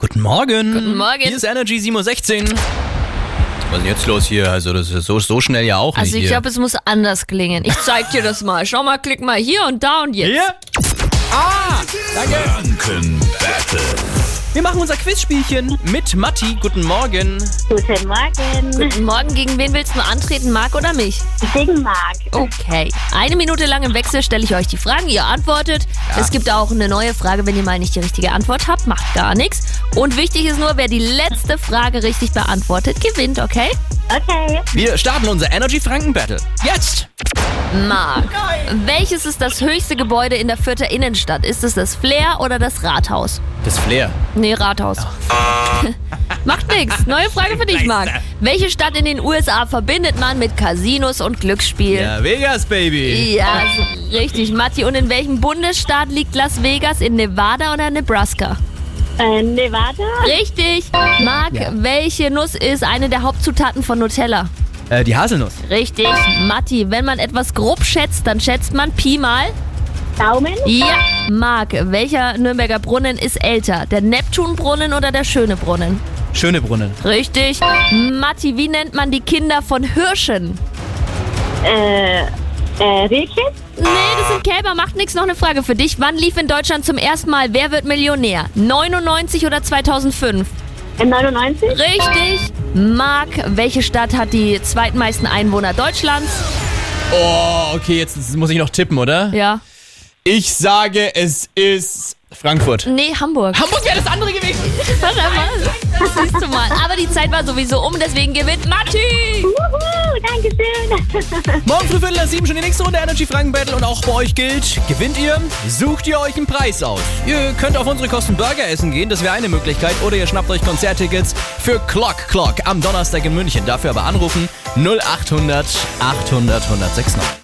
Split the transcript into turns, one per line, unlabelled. Guten Morgen.
Guten Morgen.
Hier ist Energy 716. Was ist denn jetzt los hier? Also das ist so, so schnell ja auch
Also
nicht
ich
hier.
glaube, es muss anders klingen. Ich zeig dir das mal. Schau mal, klick mal hier und da und jetzt.
hier? Ah,
Franken.
Wir machen unser Quizspielchen mit Matti. Guten Morgen.
Guten Morgen.
Guten Morgen, gegen wen willst du antreten, Marc oder mich?
Guten Marc.
Okay. Eine Minute lang im Wechsel stelle ich euch die Fragen, ihr antwortet. Es gibt auch eine neue Frage, wenn ihr mal nicht die richtige Antwort habt, macht gar nichts. Und wichtig ist nur, wer die letzte Frage richtig beantwortet, gewinnt, okay?
Okay.
Wir starten unser Energy Franken Battle. Jetzt.
Marc, welches ist das höchste Gebäude in der Fürther Innenstadt? Ist es das Flair oder das Rathaus?
Das Flair.
Nee, Rathaus. Macht nix. Neue Frage für dich, Marc. Welche Stadt in den USA verbindet man mit Casinos und Glücksspiel?
Ja, Vegas Baby.
Ja, ist richtig, Matti. Und in welchem Bundesstaat liegt Las Vegas? In Nevada oder Nebraska?
Äh, Nevada.
Richtig. Marc, welche Nuss ist eine der Hauptzutaten von Nutella?
Äh, die Haselnuss.
Richtig. Matti, wenn man etwas grob schätzt, dann schätzt man Pi mal.
Daumen.
Ja. Marc, welcher Nürnberger Brunnen ist älter? Der Neptunbrunnen oder der Schöne Brunnen?
Schöne Brunnen.
Richtig. Matti, wie nennt man die Kinder von Hirschen?
Äh, äh, Riechen.
Nee, das sind Kälber, macht nichts. Noch eine Frage für dich. Wann lief in Deutschland zum ersten Mal Wer wird Millionär? 99 oder 2005?
Äh, 99.
Richtig. Marc, welche Stadt hat die zweitmeisten Einwohner Deutschlands?
Oh, okay, jetzt muss ich noch tippen, oder?
Ja.
Ich sage, es ist Frankfurt.
Nee, Hamburg.
Hamburg wäre das andere gewesen.
Verdammt. Siehst du mal. Aber die Zeit war sowieso um, deswegen gewinnt Matti.
Wuhu, Dankeschön.
Morgen früh Viertel nach sieben schon die nächste Runde Energy Franken Battle und auch bei euch gilt, gewinnt ihr, sucht ihr euch einen Preis aus. Ihr könnt auf unsere Kosten Burger essen gehen, das wäre eine Möglichkeit, oder ihr schnappt euch Konzerttickets für Clock Clock am Donnerstag in München. Dafür aber anrufen 0800 800 1069.